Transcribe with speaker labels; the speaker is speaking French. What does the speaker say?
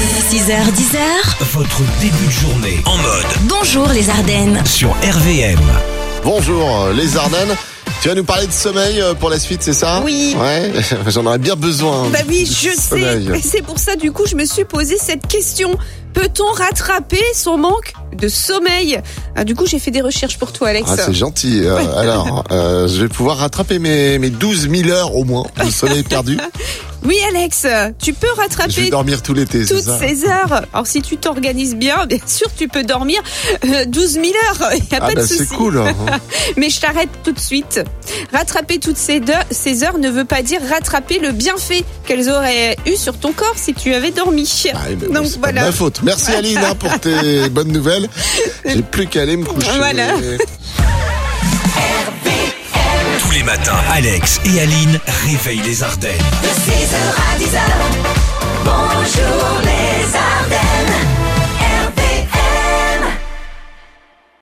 Speaker 1: 6h, 10h,
Speaker 2: Votre début de journée en mode
Speaker 1: bonjour les Ardennes.
Speaker 2: sur RVM.
Speaker 3: Bonjour euh, les Ardennes. Tu vas nous parler de sommeil euh, pour la suite, c'est ça
Speaker 4: Oui.
Speaker 3: Ouais, j'en aurais bien besoin.
Speaker 4: Bah oui,
Speaker 3: Du
Speaker 4: je sais.
Speaker 3: sommeil.
Speaker 4: Mais c'est pour ça, du coup, je me suis posé cette question. Peut-on rattraper son manque de sommeil Ah, Du coup, j'ai fait des recherches pour toi, Alex.
Speaker 3: Ah, c'est gentil. Euh, alors, euh, je vais pouvoir rattraper mes, mes 12 000 heures au moins de sommeil perdu.
Speaker 4: oui, Alex, tu peux
Speaker 3: Je vais
Speaker 4: rattraper
Speaker 3: dormir tout l'été, c'est
Speaker 4: toutes
Speaker 3: ça
Speaker 4: ces heures. Alors, si tu t'organises bien, bien sûr, tu peux dormir euh, 12 000 heures. Il n'y
Speaker 3: Ah
Speaker 4: a pas
Speaker 3: bah
Speaker 4: de souci.
Speaker 3: c'est cool. hein.
Speaker 4: Mais je t'arrête tout de suite. Rattraper toutes ces, deux- ces heures ne veut pas dire rattraper le bienfait qu'elles auraient eu sur ton corps si tu avais dormi.
Speaker 3: Ah, mais bon, c'est pas de ma faute. Merci Aline hein, pour tes bonnes nouvelles. J'ai plus qu'à aller me coucher.
Speaker 4: Voilà.
Speaker 2: Tous les matins, Alex et Aline réveillent les Ardennes.
Speaker 5: De 6h à 10h, bonjour